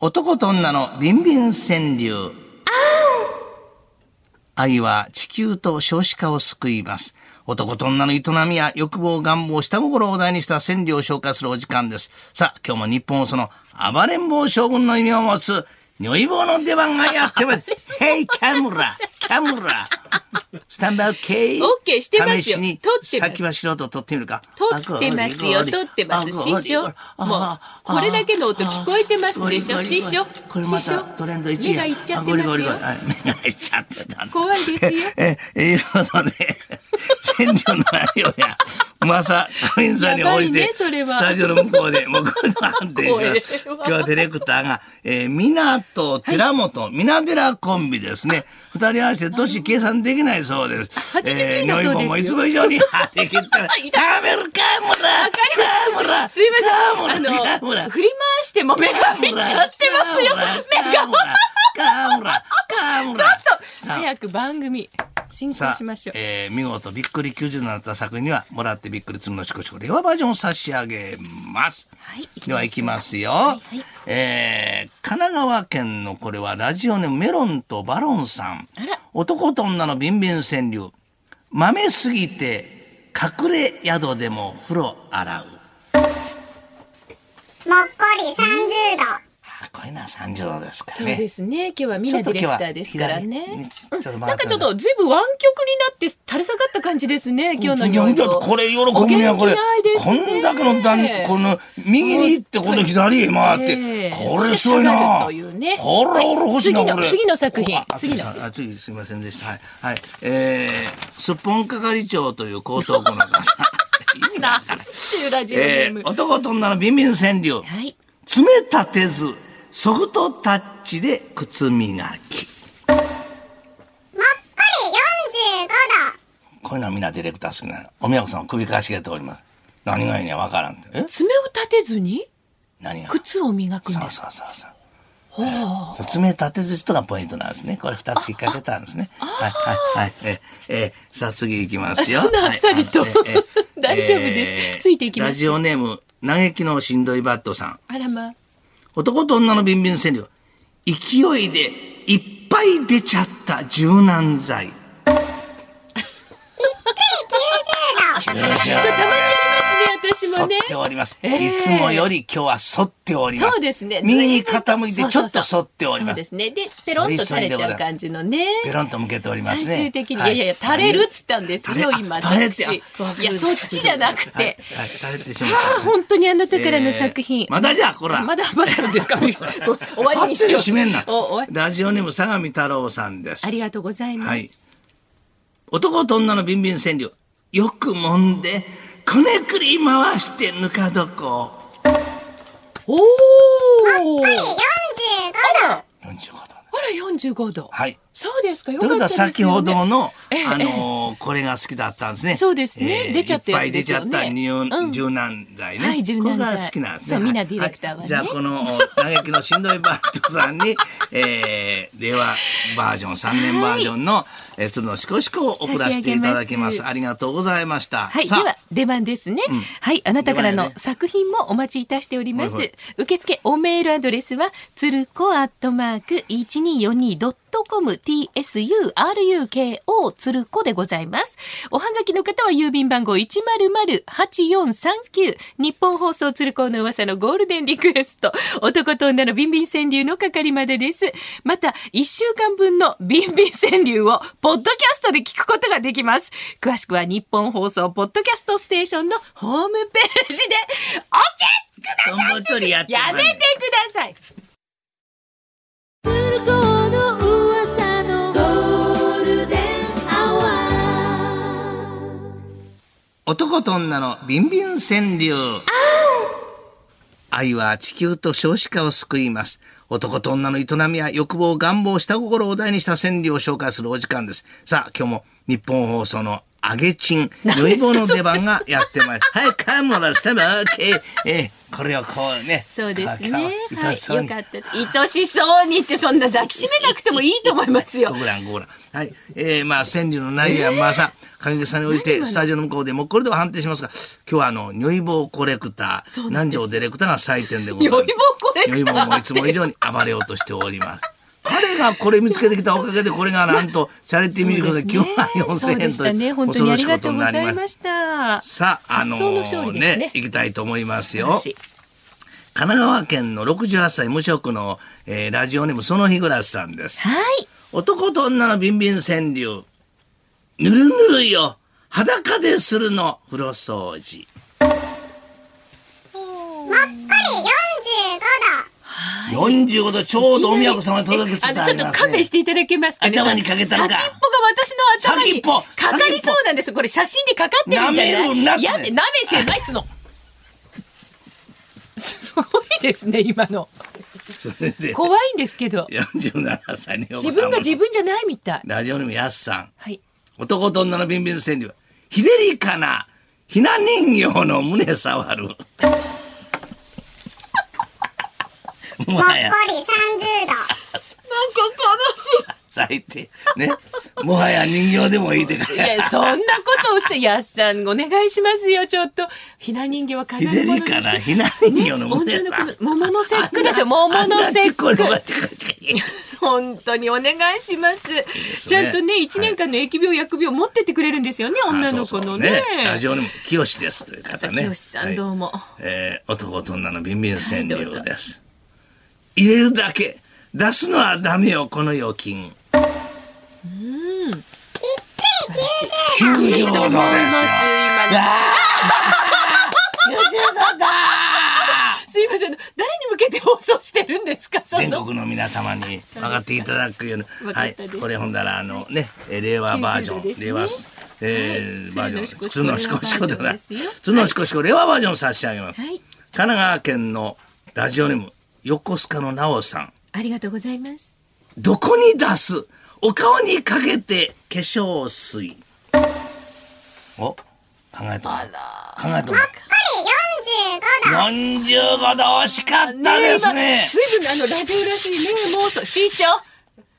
男と女のビンビン川柳。愛は地球と少子化を救います。男と女の営みや欲望、願望、下心を題にした川柳を紹介するお時間です。さあ、今日も日本をその暴れん坊将軍の意味を持つ、如意棒の出番がやってまいります。ヘイ、キャムラ、キャムラ。スタンバイオッケー。オッケーしてますよ試しに撮、ってます先走ろうと撮ってみるか。撮ってますよ、撮ってます。師匠。もう、これだけの音聞こえてますでしょ、師匠。これまたトレンド1位。目がいっちゃってますよ。目がいっちゃってた。怖いですよ。え、え、いうことで、千里の内容や、まさ、カリンさんに応じて、やばいねそれはスタジオの向こうで、もうこれ判定これはします。今日はディレクターが、えー、港、寺本、皆寺コンビですね。二人合わせて年計算できないそうです。あ89だそうですよ如意棒もいつも以上に、あ、できた。カ メラ、カメラ、カメラ、すいませカメん。ラ、あカメラの、振り回しても目がいっちゃってますよ。目が。カムラ、カムラ、カムラ。ちょっと早く番組、進行さしあましょ、う。えー、見事びっくり90になった作品には、もらってびっくりつるのしこしこ、令和バージョンを差し上げます。はいでは行きますよ。いはいえー、神奈川県のこれはラジオネームメロンとバロンさんあら。男と女のビンビン川柳。豆すぎて隠れ宿でも風呂洗う。もっこり30度。あこういうのは30度ですかそうね。ですね。今日はミナディレクターですからね。ちょっと今日は左にちょっとうん回なっんかてちみてょっとずいぶん湾曲になって垂れ下がった感じですね。今日の如意いや棒。これ喜ぶねお元気これないですこねんだけの段この右に行ってこの左へ回って、ええこれすごいなそして下がるというねこれ俺欲しいなはい次のこれ次の作品ああ次のあ次すいませんでしたはいはいえー、すっぽん係長という江 東区の方意味がわからないっていうラジオネえームー、。男と女のビンビン川柳はい。爪立てずソフトタッチで靴磨きもっこり45度。こういうのはみんなディレクター好きなのおみやこさん首かしげております何がいいねわからんえ爪を立てずに何が靴を磨くんそうです。そうそうそう。そう爪立てずしとがポイントなんですね。これ二つ引っ掛けたんですね。はいはいはい。ええーさあ次いきますよ。あそんなあっさりとはいあのえーえー 大丈夫ですついていきますラジオネーム嘆きのしんどいバットさん。あらまあ。男と女のビンビン川柳。勢いでいっぱい出ちゃった柔軟剤。たまにしますよいしょ90度。反っね、て私おもね。ります、ええいつもより今日は反っております。そうですね。右に傾いてちょっと反ってそうそうそうそおりうますで。すね。で、ペロンと垂れちゃう感じのね。ペロンと向けておりますね。最終的に、、はいやいや、垂れるっつったんですよ、垂れ今、あ垂れて私。いあわかるや、そっちじゃなくて。はい、はい垂れてしまっああ、た。本当にあなたからの作品。えーまだじゃあ、こら。まだまだなんですかごめん終わりにしよう。勝手に締めんなおお。ラジオネーム相模太郎さんです。ありがとうございます。はい。男と女のビンビン川柳。よく揉んで、こねくり回してぬか床。おお。あら、 45度。 45度。 45度。はい。そうですか、よといかうっことたはですよ、ね。先ほどの、ええあのーこれが好きだったんですね。そうですね出ちゃったやついっぱい出ちゃったですよねにゅうん柔軟剤ね。はい柔軟剤これが好きなんですね。そうみんなはいディレクターはねいじゃあこのお嘆きのしんどいバットさんに、えー、令和バージョン3年バージョンの、えー、つのしこしこを送らせていただきま差し上げす。ますありがとうございました。はい、でさあは出番ですね、はい、あなたからの作品もお待ちいたしております。はいはい受付おメールアドレスはつるこアットマーク一二四二ドットコム T. S. U. R. U. K. O. つるこでございます。おはがきの方は郵便番号一0 0 8 4 3 9日本放送つるこの噂のゴールデンリクエスト。男と女のビンビン川柳の係までです。また、一週間分のビンビン川柳をポッドキャストで聞くことができます。詳しくは日本放送ポッドキャストステーションのホームページで、おチェックどんぼっとりやってまやいりまめすてください。つるこの噂のゴールデンアワー。男と女のビンビン川柳。愛は地球と少子化を救います。男と女の営みや欲望、願望、下心を題にした川柳を紹介するお時間です。さあ、今日も日本放送の揚げチン、縫い棒の出番がやってまいります。はい、カムラスタム、OK。えー、これをこうね。そうですね。かはかい、よか愛っしそうにた。愛しそうにってそんな抱きしめなくてもいいと思いますよご。らんごらん。はい。えー、まあ、川柳の内容はまあさ、影さんにおいて、スタジオの向こうでもうこれでは判定しますが、今日はあの、如意棒コレクタそうー、なんです南條ディレクターが採点でございます。よいぼこれ如意棒もいつも以上に暴れようとしております。彼がこれ見つけてきたおかげで、これがなんと、チャリティーミュージックで今日はそう4000で円しとたいね。う本当にありがとうござ恐ろいしました。さあ、あの発想の勝利ですねね行きたいと思います素晴らよ。しい神奈川県の68歳無職の、えーラジオネームその日暮らしさんです。はい。男と女のビンビン川柳。ぬるぬるよ。裸でするの。風呂掃除。まっかり45度。 45度ちょうどお宮子様に届けつつあります、ね。あのちょっと勘弁していただけますかね。頭にかけたのか先っぽが私の頭に先っぽかかりそうなんです。これ写真でかかってるんじゃない舐めるなっていやで舐めてないっつうの。すごいですね今の。それで、怖いんですけど。 47歳に自分が自分じゃないみたい。ラジオネームやすさん。はい。男と女のビンビン川柳。ひでりかな。ひな人形の胸触 る。ももっこはりや。 30度。なんか最低。ね。もはや人形でもいいでか悲しい。いやそんなことをしてやっさんお願いしますよちょっとひな人形は飾りひで物りに かな、ひな人形の胸女さの。子の桃の節句ですよ桃の節句あんなあんな事故に巻き込まれて 本当にお願いします。すねちゃんとね、はい1年間の疫病、疫病持ってってくれるんですよね、女の子のね。あそうそうラジオネーム、清志ですという方ね。清さん、どうも。も。えー男と女のビンビン川はいどうぞ柳です。入れるだけ、出すのはダメよ、この預金。うん。びっくり90度。90度ですよ。90度だすいません、誰に向けて放送してるんですか、そ 全の。国の皆様に分かっていただくようわな、かはっいたです、これほんだらあのね、えー令和バージョン、 90ですね令和、えーバージョン、普通のシコシコではない、普通のシコシコ普通のシコシコ、令和バージョン差し上げます。はい、神奈川県のラジオネーム、横須賀の直さん、ありがとうございます。どこに出すお顔にかけて化粧水。お、考えたな考えたなもっこり45 45度。度惜しかったえですね。随分あの、ラジオらしいね、妄想、師匠。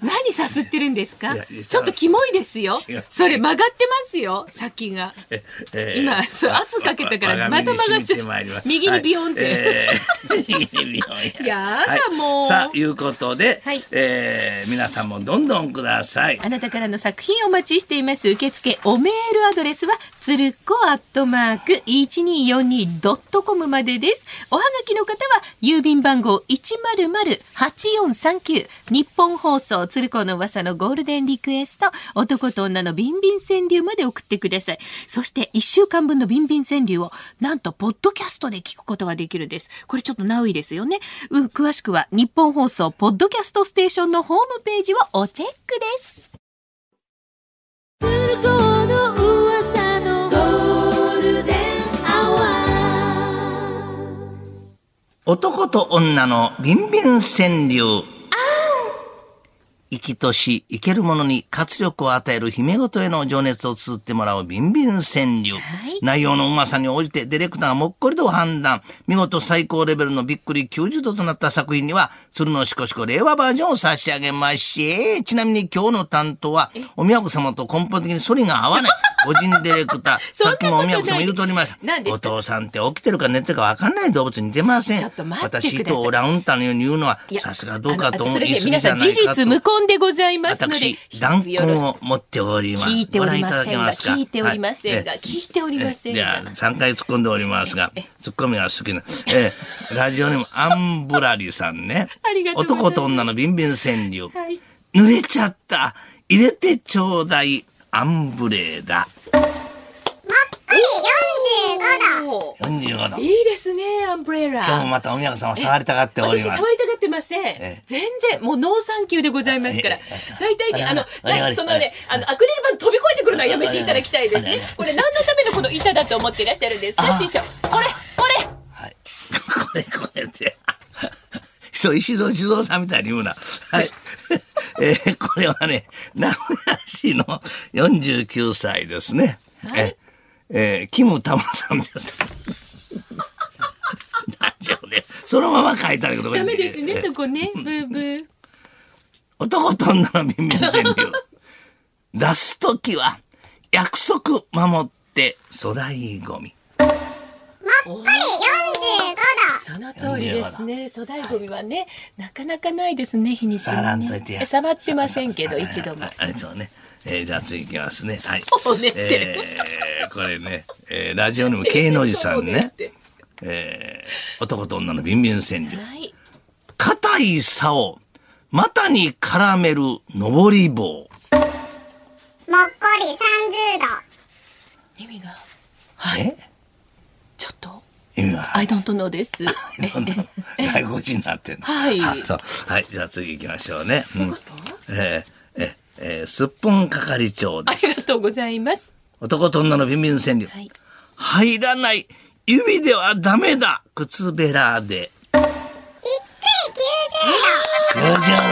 何さすってるんですかいやいやちょっとキモいですよ違う。それ曲がってますよ、先が。ええー今そう圧かけたからわまた曲がっちゃう我が身に染みります右にビヨンってはいえー 右にビヨンやだもうさあいうことで、はいえー皆さんもどんどんくださいあなたからの作品お待ちしています。受付おメールアドレスは、つるこアットマーク 1242.com までです。おはがきの方は、郵便番号100-8439、日本放送つるこの噂のゴールデンリクエスト、男と女のビンビン川柳まで送ってください。そして、1週間分のビンビン川柳を、なんと、ポッドキャストで聞くことができるです。これちょっとナウイですよね。う詳しくは、日本放送ポッドキャストステーションのホームページをおチェックです。男と女のビンビン川柳生きとし生けるものに活力を与える姫ごとへの情熱を綴ってもらうビンビン川柳、い内容のうまさに応じてディレクターがもっこりと判断見事最高レベルのびっくり90度となった作品には鶴のしこしこ令和バージョンを差し上げましちなみに今日の担当はお宮子様と根本的に反りが合わない個人ディレクター そんなさっこときもお宮子様ない言うとおりました何ですかお父さんって起きてるか寝てるか分かんない動物に似てませんちょっと待ってください私とオランウータンのように言うのはいやさすがどうかとあの思そうれ言いで過ぎ皆じさゃんな事いか実無と根でございますので私ひとつ弾よろ痕しを持っております聞いておりまご覧せいただんけがますか聞いておりませんがはい聞いておりませんえいやが3回突っ込んでおりますが突っ込みは好きな、ええラジオネームアンブラリさんねありがとうございます男と女のビンビン川柳、はい濡れちゃった入れてちょうだいアンブレーダもっこり45度。おー45度いいですねアンブレ今日もラまたお宮子様触りたがっており私ます触りたがってませんえ全然もうノーサンキューでございますからえ大体ねああのあれあれそのねあのアクリル板飛び越えてくるのはやめていただきたいですねこれ何のためのこの板だと思っていらっしゃるんですかあ師匠これこはい。 これこれで。 そう、石戸地蔵さんみたいに言うな。 はい。えーこれはね、名古屋市の49歳ですね。え、えーキムタマさんです。ラジオで、そのまま書いたらいいことダメですね、そこね。ブーブー。男と女のビンビン川柳。出すときは、約束守って粗大ゴミ。おー45度。その通りですね。粗大ゴミはね、なかなかないですね、日にちに、ね。触らんといてやえ触ってませんけど、一度もあ。あそうね。えーじゃあ次いきますね。はい。おねってえーこれね、えーラジオネーム K の字さんね。そうねってえー男と女のビンビン川柳。はい。硬い竿を股に絡める登り棒。もっこり30度。意味が、はい。ちょっと、意味は I don't know です。え どんどんえ外国人になってんの。はいあそうはい。じゃあ次行きましょうね。うん、えー、えー、えー、すっぽん係長あでりがす。とうございます。男と女のビンビン川柳。はい。入らない指ではダメだ靴べらで。90度でございます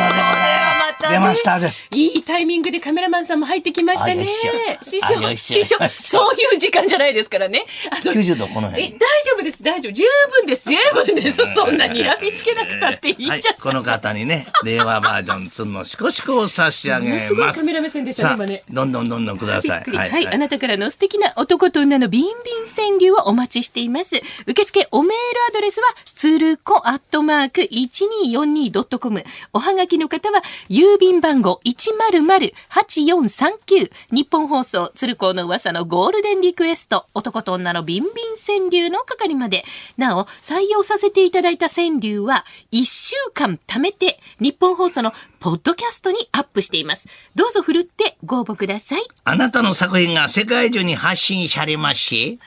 たね出ましたです。いいタイミングでカメラマンさんも入ってきましたあよねいしょ。師あよ匠、いしょ師匠、そういう時間じゃないですからね。あの90度この辺え大丈夫です、大丈夫。十分です、十分です。そんなにらみつけなくたっていいじゃん。はい、この方にね、令和バージョンつんのしこしこを差し上げもまのす。すごいカメラ目線でしたねさあ今ねどんどんどんどんくださびっい。くりはい、あなたからの素敵な男と女のビンビン川柳をお待ちしています。受付おメールアドレスは、つるこアットマーク 1242.com。おはがきの方は、郵便番号100-8439。日本放送、つるこの噂のゴールデンリクエスト、男と女のビンビン川柳の係まで。なお、採用させていただいた川柳は、1週間貯めて、日本放送のポッドキャストにアップしています。どうぞふるってご応募ください。あなたの作品が世界中に発信されまし、